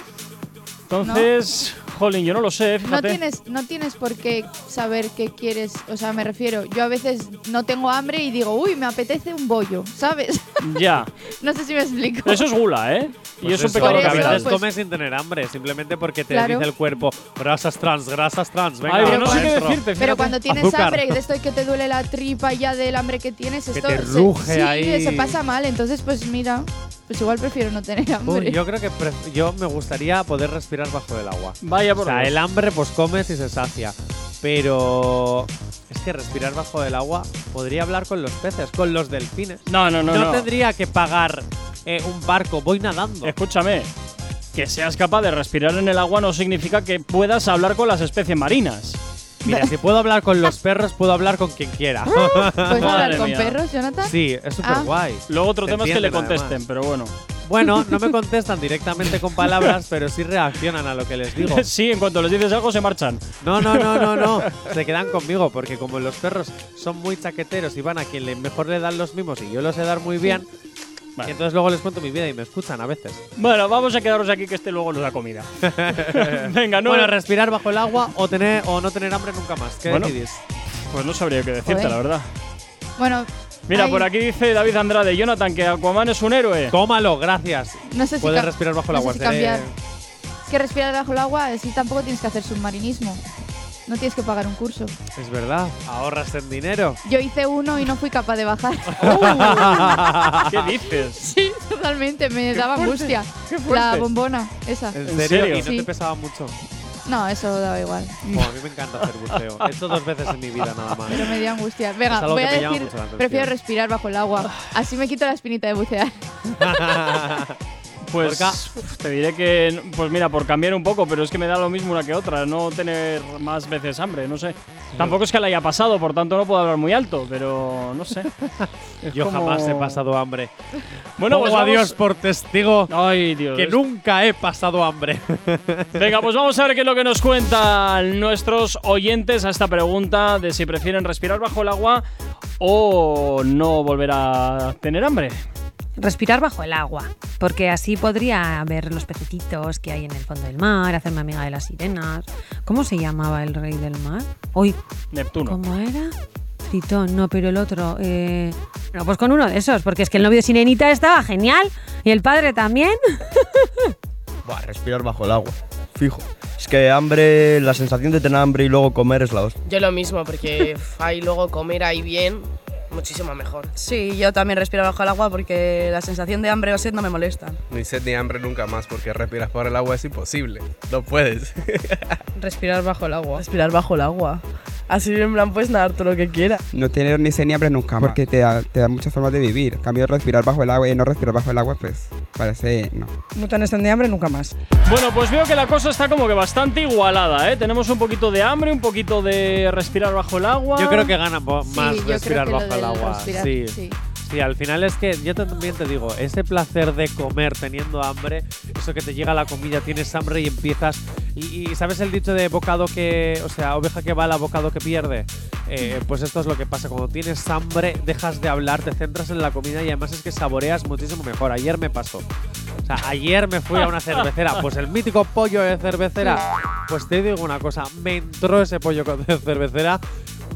S2: Entonces, jolín, yo no lo sé,
S5: no
S2: fíjate.
S5: tienes, no tienes por qué saber qué quieres. O sea, me refiero, yo a veces no tengo hambre y digo, uy, me apetece un bollo, ¿sabes?
S2: Ya.
S5: no sé si me explico.
S2: Eso es gula, ¿eh? y es un
S4: Pues eso,
S2: pecado
S5: Por
S4: que a
S5: eso,
S4: veces
S2: capital.
S5: pues-
S4: comes sin tener hambre, simplemente porque te
S5: Claro.
S4: dice el cuerpo grasas trans, grasas trans, venga,
S2: Ay, pero no sé qué
S4: maestro.
S2: decirte,
S5: Pero
S2: fíjate.
S5: cuando tienes
S4: Azúcar.
S5: hambre, de esto y que te duele la tripa ya del hambre que tienes, esto
S4: te
S5: se-
S4: ruge
S5: sí,
S4: ahí.
S5: se pasa mal. Entonces, pues mira, pues igual prefiero no tener hambre.
S4: Uy, yo creo que pref- yo me gustaría poder respirar bajo el agua.
S2: Vaya
S4: O
S2: por
S4: sea,
S2: Dios.
S4: el hambre pues comes y se sacia. Pero es que respirar bajo el agua podría hablar con los peces, con los delfines.
S2: No, no, no,
S4: No,
S2: no.
S4: tendría que pagar eh, un barco, voy nadando.
S2: Escúchame. Que seas capaz de respirar en el agua no significa que puedas hablar con las especies marinas.
S4: Mira, si puedo hablar con los perros, puedo hablar con quien quiera.
S5: ¿Puedes
S2: Madre
S5: hablar con
S2: mía.
S5: perros, Jonathan?
S4: sí, es súper guay.
S2: Ah. Luego otro
S4: Te
S2: tema es que le
S4: entienden,
S2: contesten,
S4: además.
S2: pero bueno.
S4: Bueno, no me contestan directamente con palabras, pero sí reaccionan a lo que les digo.
S2: sí, en cuanto les dices algo se marchan.
S4: No, no, no, no, no. Se quedan conmigo porque como los perros son muy chaqueteros y van a quien le- mejor le dan los mimos y yo los sé dar muy bien,
S2: Vale.
S4: y entonces luego les cuento mi vida y me escuchan a veces.
S2: Bueno, vamos a quedaros aquí que este luego nos da comida. Venga, no.
S4: bueno, respirar bajo el agua o tener o no tener hambre nunca más. ¿Qué
S2: Bueno.
S4: decidís?
S2: pues no sabría qué decirte,
S5: Joder.
S2: la verdad.
S5: Bueno,
S2: Mira,
S5: ay,
S2: por aquí dice David Andrade, Jonathan, que Aquaman es un héroe.
S4: Tómalo, gracias.
S5: No sé si
S4: Puedes
S5: ca-
S4: respirar bajo el
S5: no
S4: agua.
S5: sé si
S4: seré-
S5: cambiar. Es que respirar bajo el agua, sí, tampoco tienes que hacer submarinismo. No tienes que pagar un curso.
S4: Es verdad, ahorras en dinero.
S5: Yo hice uno y no fui capaz de bajar.
S2: ¿Qué dices?
S5: sí, totalmente, me daba angustia.
S2: qué fuerte.
S5: La bombona, esa.
S4: ¿En
S2: ¿En
S4: serio?
S2: serio?
S4: Y no te
S5: Sí.
S4: pesaba mucho.
S5: No, eso daba igual.
S4: Jo, a mí me encanta hacer buceo. He hecho dos veces en mi vida nada más.
S5: Pero me dio angustia.
S4: Es
S5: Venga,
S4: algo
S5: voy
S4: que
S5: a
S4: me llama
S5: decir,
S4: mucho la atención.
S5: prefiero respirar bajo el agua. Así me quito la espinita de bucear.
S2: Pues
S4: Gorka.
S2: uf, te diré que, pues mira, por cambiar un poco, pero es que me da lo mismo una que otra, no tener más veces hambre, no sé. Tampoco es que la haya pasado, por tanto no puedo hablar muy alto, pero no sé. Es
S4: Yo
S2: como-
S4: jamás he pasado hambre.
S2: Bueno, pues
S4: Pongo a
S2: vamos-
S4: Dios por testigo
S2: Ay, Dios.
S4: Oh, que nunca he pasado hambre.
S2: Venga, pues vamos a ver qué es lo que nos cuentan nuestros oyentes a esta pregunta de si prefieren respirar bajo el agua o no volver a tener hambre.
S9: Respirar bajo el agua, porque así podría ver los pececitos que hay en el fondo del mar, hacerme amiga de las sirenas. ¿Cómo se llamaba el rey del mar? Hoy,
S2: Neptuno.
S9: ¿cómo era? Tritón, no, pero el otro. eh, No, pues con uno de esos, porque es que el novio de Sirenita estaba genial y el padre también.
S10: Buah, respirar bajo el agua, fijo. Es que hambre, la sensación de tener hambre y luego comer es la hostia.
S11: Yo lo mismo, porque ahí luego comer ahí bien, muchísimo mejor.
S12: Sí, yo también respiro bajo el agua porque la sensación de hambre o sed no me molesta.
S10: Ni sed ni hambre nunca más, porque respirar por el agua es imposible. No puedes.
S11: Respirar bajo el agua.
S12: Respirar bajo el agua. Así en plan puedes nadar todo lo que quieras.
S10: No tener ni sed ni hambre nunca más. Porque te da, te da muchas formas de vivir. En cambio, respirar bajo el agua y no respirar bajo el agua, pues parece no.
S12: No tener sed ni hambre nunca más.
S2: Bueno, pues veo que la cosa está como que bastante igualada, ¿eh? Tenemos un poquito de hambre, un poquito de respirar bajo el agua.
S4: Yo creo que ganan bo-
S5: Sí,
S4: más
S5: yo creo
S4: respirar
S5: que lo
S4: bajo el
S5: del
S4: agua.
S5: respirar,
S4: sí. sí.
S5: sí.
S4: al final es que yo también te digo, ese placer de comer teniendo hambre, eso que te llega la comida, tienes hambre y empiezas. Y, y ¿sabes el dicho de bocado que. O sea, oveja que va la bocado que pierde? Eh, pues esto es lo que pasa. Cuando tienes hambre, dejas de hablar, te centras en la comida y además es que saboreas muchísimo mejor. Ayer me pasó. O sea, ayer me fui a una cervecera, pues el mítico pollo de cervecera. Pues te digo una cosa, me entró ese pollo con- de cervecera.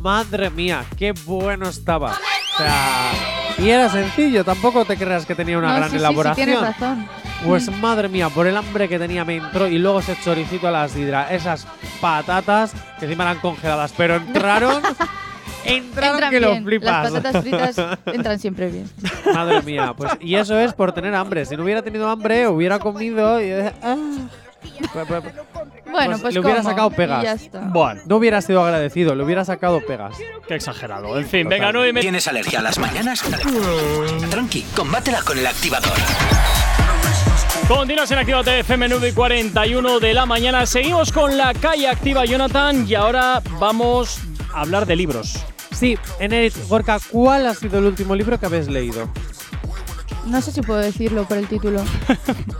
S4: Madre mía, qué bueno estaba. O sea, Y era sencillo, tampoco te creas que tenía una
S5: No,
S4: gran
S5: sí, sí, sí,
S4: elaboración.
S5: tienes razón.
S4: Pues
S5: Mm.
S4: madre mía, por el hambre que tenía me entró y luego ese choricito a la sidra, esas patatas que encima eran congeladas, pero entraron, entraron
S5: Entran
S4: que lo
S5: bien,
S4: flipas.
S5: Las patatas fritas entran siempre bien.
S4: Madre mía, pues y eso es por tener hambre. Si no hubiera tenido hambre, hubiera comido y ah. Pues- pues-
S5: Bueno, pues,
S4: le hubiera
S5: como,
S4: sacado
S5: y
S4: pegas.
S5: ya está.
S4: Bueno, no hubiera sido agradecido, le hubiera sacado pegas.
S2: Qué exagerado. En fin,
S4: venga,
S2: nueve y media.
S3: ¿Tienes alergia a las mañanas? Tranqui, combátela con el activador.
S2: Continuas en Actívate FM 9 y 41 de la mañana. Seguimos con la calle activa, Jonathan, y ahora vamos a hablar de libros.
S4: Sí, Enerit Gorka, ¿cuál ha sido el último libro que habéis leído?
S5: No sé si puedo decirlo por el título.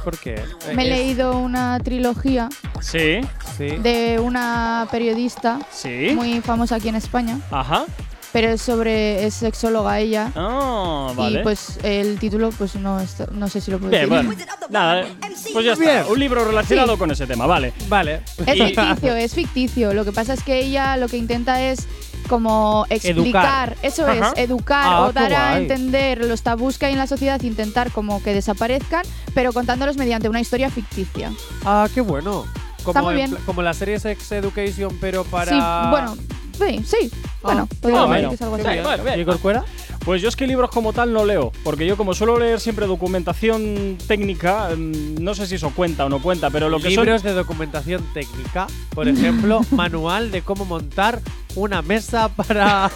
S4: ¿Por qué?
S5: Me he
S4: Eh,
S5: leído una trilogía
S2: Sí.
S4: Sí.
S5: de una periodista
S2: Sí.
S5: muy famosa aquí en España,
S2: Ajá.
S5: pero es sobre es sexóloga ella.
S2: Ah,
S5: Y
S2: vale.
S5: pues el título pues no está- no sé si lo puedo
S2: Bien,
S5: decir.
S2: bueno. Nada, pues ya
S5: Bien.
S2: está. Un libro relacionado con ese tema, vale.
S4: Vale.
S5: Es ficticio, es ficticio. Lo que pasa es que ella lo que intenta es como explicar,
S13: Educar.
S5: eso
S13: Ajá.
S5: es, educar
S13: Ah,
S5: o
S13: qué
S5: dar a
S13: guay.
S5: entender los tabús que hay en la sociedad, intentar como que desaparezcan, pero contándolos mediante una historia ficticia.
S4: Ah, qué bueno. Como,
S5: Está muy
S4: en
S5: bien.
S4: pla- como la serie Sex Education, pero para.
S5: Sí, bueno, sí, sí. Bueno, podríamos decir que es algo así.
S4: ¿Y Corcuera?
S2: Pues yo es que libros como tal no leo, porque yo como suelo leer siempre documentación técnica, mm, no sé si eso cuenta o no cuenta, pero lo que son-
S4: Libros de documentación técnica, por ejemplo, manual de cómo montar una mesa para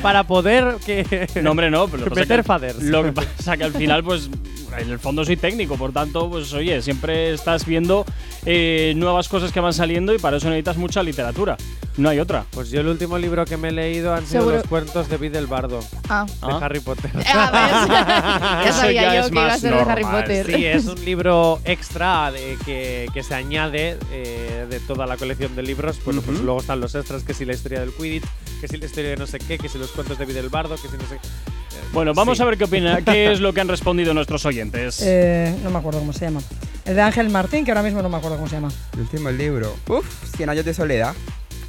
S4: para poder que
S2: No, hombre, no. Pero lo que pasa
S4: meter
S2: que-
S4: faders.
S2: Lo que pasa que al final, pues, en el fondo soy técnico, por tanto, pues, oye, siempre estás viendo eh, nuevas cosas que van saliendo y para eso necesitas mucha literatura. No hay otra.
S4: Pues yo el último libro que me he leído han sido
S2: Seguro-
S4: los cuentos de Vid el Bardo
S5: Ah.
S4: de Harry Potter.
S5: Ah, ¿ves? Ya sabía yo que iba a ser de Harry Potter.
S4: Sí, es un libro extra de que, que se añade eh, de toda la colección de libros. Bueno, pues
S2: Ujú.
S4: luego están los extras, que si la historia del Quidditch, que si la historia de no sé qué, que si los cuentos de Vid el Bardo, que si no sé qué. Eh,
S2: Bueno, vamos
S4: sí.
S2: a ver qué opina, qué es lo que han respondido nuestros oyentes.
S13: Eh, no me acuerdo cómo se llama. El de Ángel Martín, que ahora mismo no me acuerdo cómo se llama.
S14: El último libro. Uf, 100 años de soledad.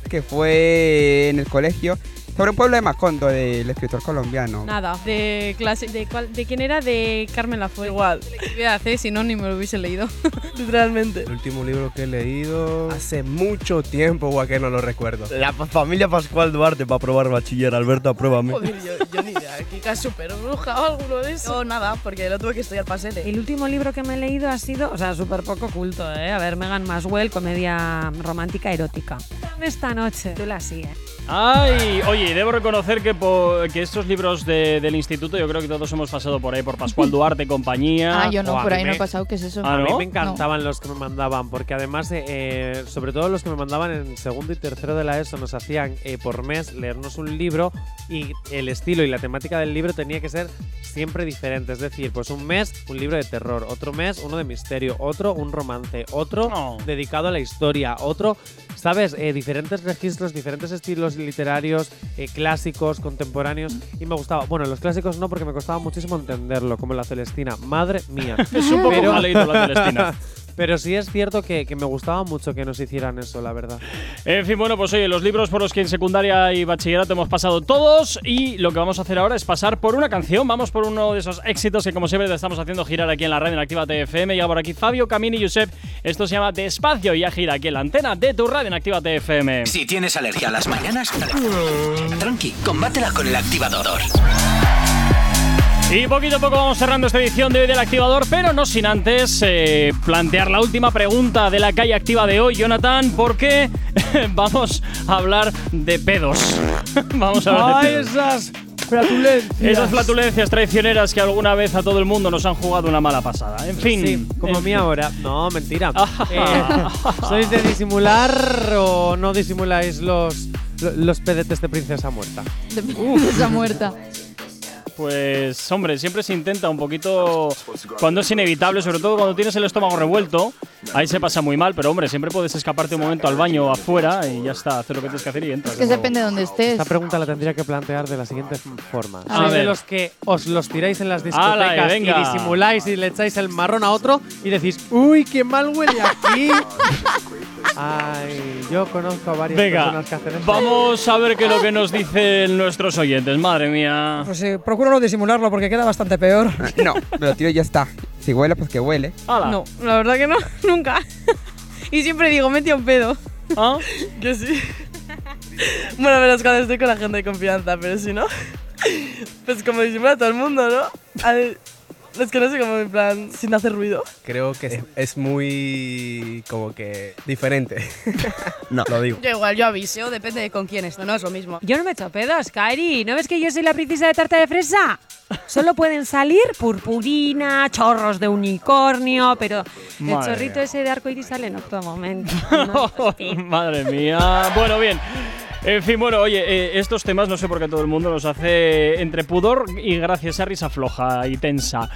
S14: Que fue en el colegio. Sobre un pueblo de Macondo, del escritor colombiano.
S15: Nada.
S12: De clase.
S15: ¿De, cuál- de quién era? De Carmen Lafuente.
S12: Igual. Voy a hacer si no ni me lo hubiese leído. Literalmente.
S16: El último libro que he leído hace mucho tiempo, guau, que no lo recuerdo.
S10: La pa- familia Pascual Duarte para probar bachiller. Alberto, apruébame.
S12: Joder, yo, yo ni idea. Kika es súper bruja o alguno de esos. No, nada, porque lo tuve que estudiar pasete.
S9: El último libro que me he leído ha sido, o sea, súper poco culto, ¿eh? A ver, Megan Maswell, comedia romántica erótica. Esta noche. Tú la sigues.
S2: Ay, oye, debo reconocer que, po- que estos libros de- del instituto, yo creo que todos hemos pasado por ahí, por Pascual Duarte, compañía.
S5: Ah, yo no,
S4: Buah,
S5: por
S4: a
S5: ahí
S4: mí
S5: no he
S4: me-
S5: pasado, ¿qué es eso?
S4: A mí me encantaban los que me mandaban, porque además, eh, eh, sobre todo los que me mandaban en segundo y tercero de la ESO, nos hacían eh, por mes leernos un libro y el estilo y la temática del libro tenía que ser siempre diferente. Es decir, pues un mes un libro de terror, otro mes uno de misterio, otro un romance, otro dedicado a la historia, otro, ¿sabes? Eh, diferentes registros, diferentes estilos literarios, eh, clásicos, contemporáneos. Y me gustaba, bueno, los clásicos no, porque me costaba muchísimo entenderlo, como la Celestina. Madre mía.
S2: Es un poco mal leído la Celestina.
S4: Pero sí es cierto que, que me gustaba mucho que nos hicieran eso, la verdad.
S2: En fin, bueno, pues oye, los libros por los que en secundaria y bachillerato hemos pasado todos y lo que vamos a hacer ahora es pasar por una canción, vamos por uno de esos éxitos que como siempre te estamos haciendo girar aquí en la red en Activa TFM. Llega por aquí Fabio, Camini y Josep. Esto se llama Despacio y ya gira aquí en la antena de tu radio en Activa TFM.
S3: Si tienes alergia a las mañanas, tranqui, combátela con el activador.
S2: Y poquito a poco vamos cerrando esta edición de hoy del Activador, pero no sin antes eh, plantear la última pregunta de la calle activa de hoy, Jonathan, porque vamos a hablar de pedos. vamos a hablar de
S4: ¡Ay,
S2: pedos.
S4: esas flatulencias!
S2: Esas flatulencias traicioneras que alguna vez a todo el mundo nos han jugado una mala pasada. En fin.
S4: Sí, como a mí ahora. No, mentira. Eh, ¿Sois de disimular o no disimuláis los, lo- los pedetes de princesa muerta?
S5: Está muerta.
S2: Pues, hombre, siempre se intenta un poquito cuando es inevitable, sobre todo cuando tienes el estómago revuelto. Ahí se pasa muy mal, pero, hombre, siempre puedes escaparte un momento al baño o afuera y ya está, hacer lo que tienes que hacer y entras.
S5: Es que
S2: de nuevo.
S5: depende de dónde estés.
S4: Esta pregunta la tendría que plantear de la siguiente forma.
S2: A
S4: ¿Sois de
S2: ver.
S4: los que os los tiráis en las
S2: Ala, eh,
S4: discotecas y
S2: venga.
S4: disimuláis y le echáis el marrón a otro y decís, uy, qué mal huele aquí? Ay, yo conozco a varias
S2: Venga,
S4: personas que hacen esto.
S2: vamos a ver qué es lo que nos dicen nuestros oyentes. Madre mía.
S13: Pues eh, procuro no disimularlo porque queda bastante peor.
S14: No, me lo tiro y ya está. Si huele, pues que huele.
S13: No.
S15: La verdad que no, nunca. y siempre digo, me he tirado un pedo.
S2: ¿Ah?
S15: Yo sí. bueno, menos cuando estoy con la gente de confianza, pero si no. Pues como disimula todo el mundo, ¿no? Al- es que no sé cómo, en plan, sin hacer ruido.
S16: Creo que es, es muy como que diferente. no, lo digo.
S12: Yo igual, yo aviseo, depende de con quién esto, no es lo mismo.
S9: Yo no me echo pedos, Kairi. ¿No ves que yo soy la princesa de tarta de fresa? Solo pueden salir purpurina, chorros de unicornio, pero el
S2: Madre
S9: chorrito
S2: mía.
S9: ese de arco iris sale en otro momento.
S2: Madre mía. Bueno, bien. En fin, bueno, oye, eh, estos temas no sé por qué todo el mundo los hace entre pudor y gracias a risa floja y tensa.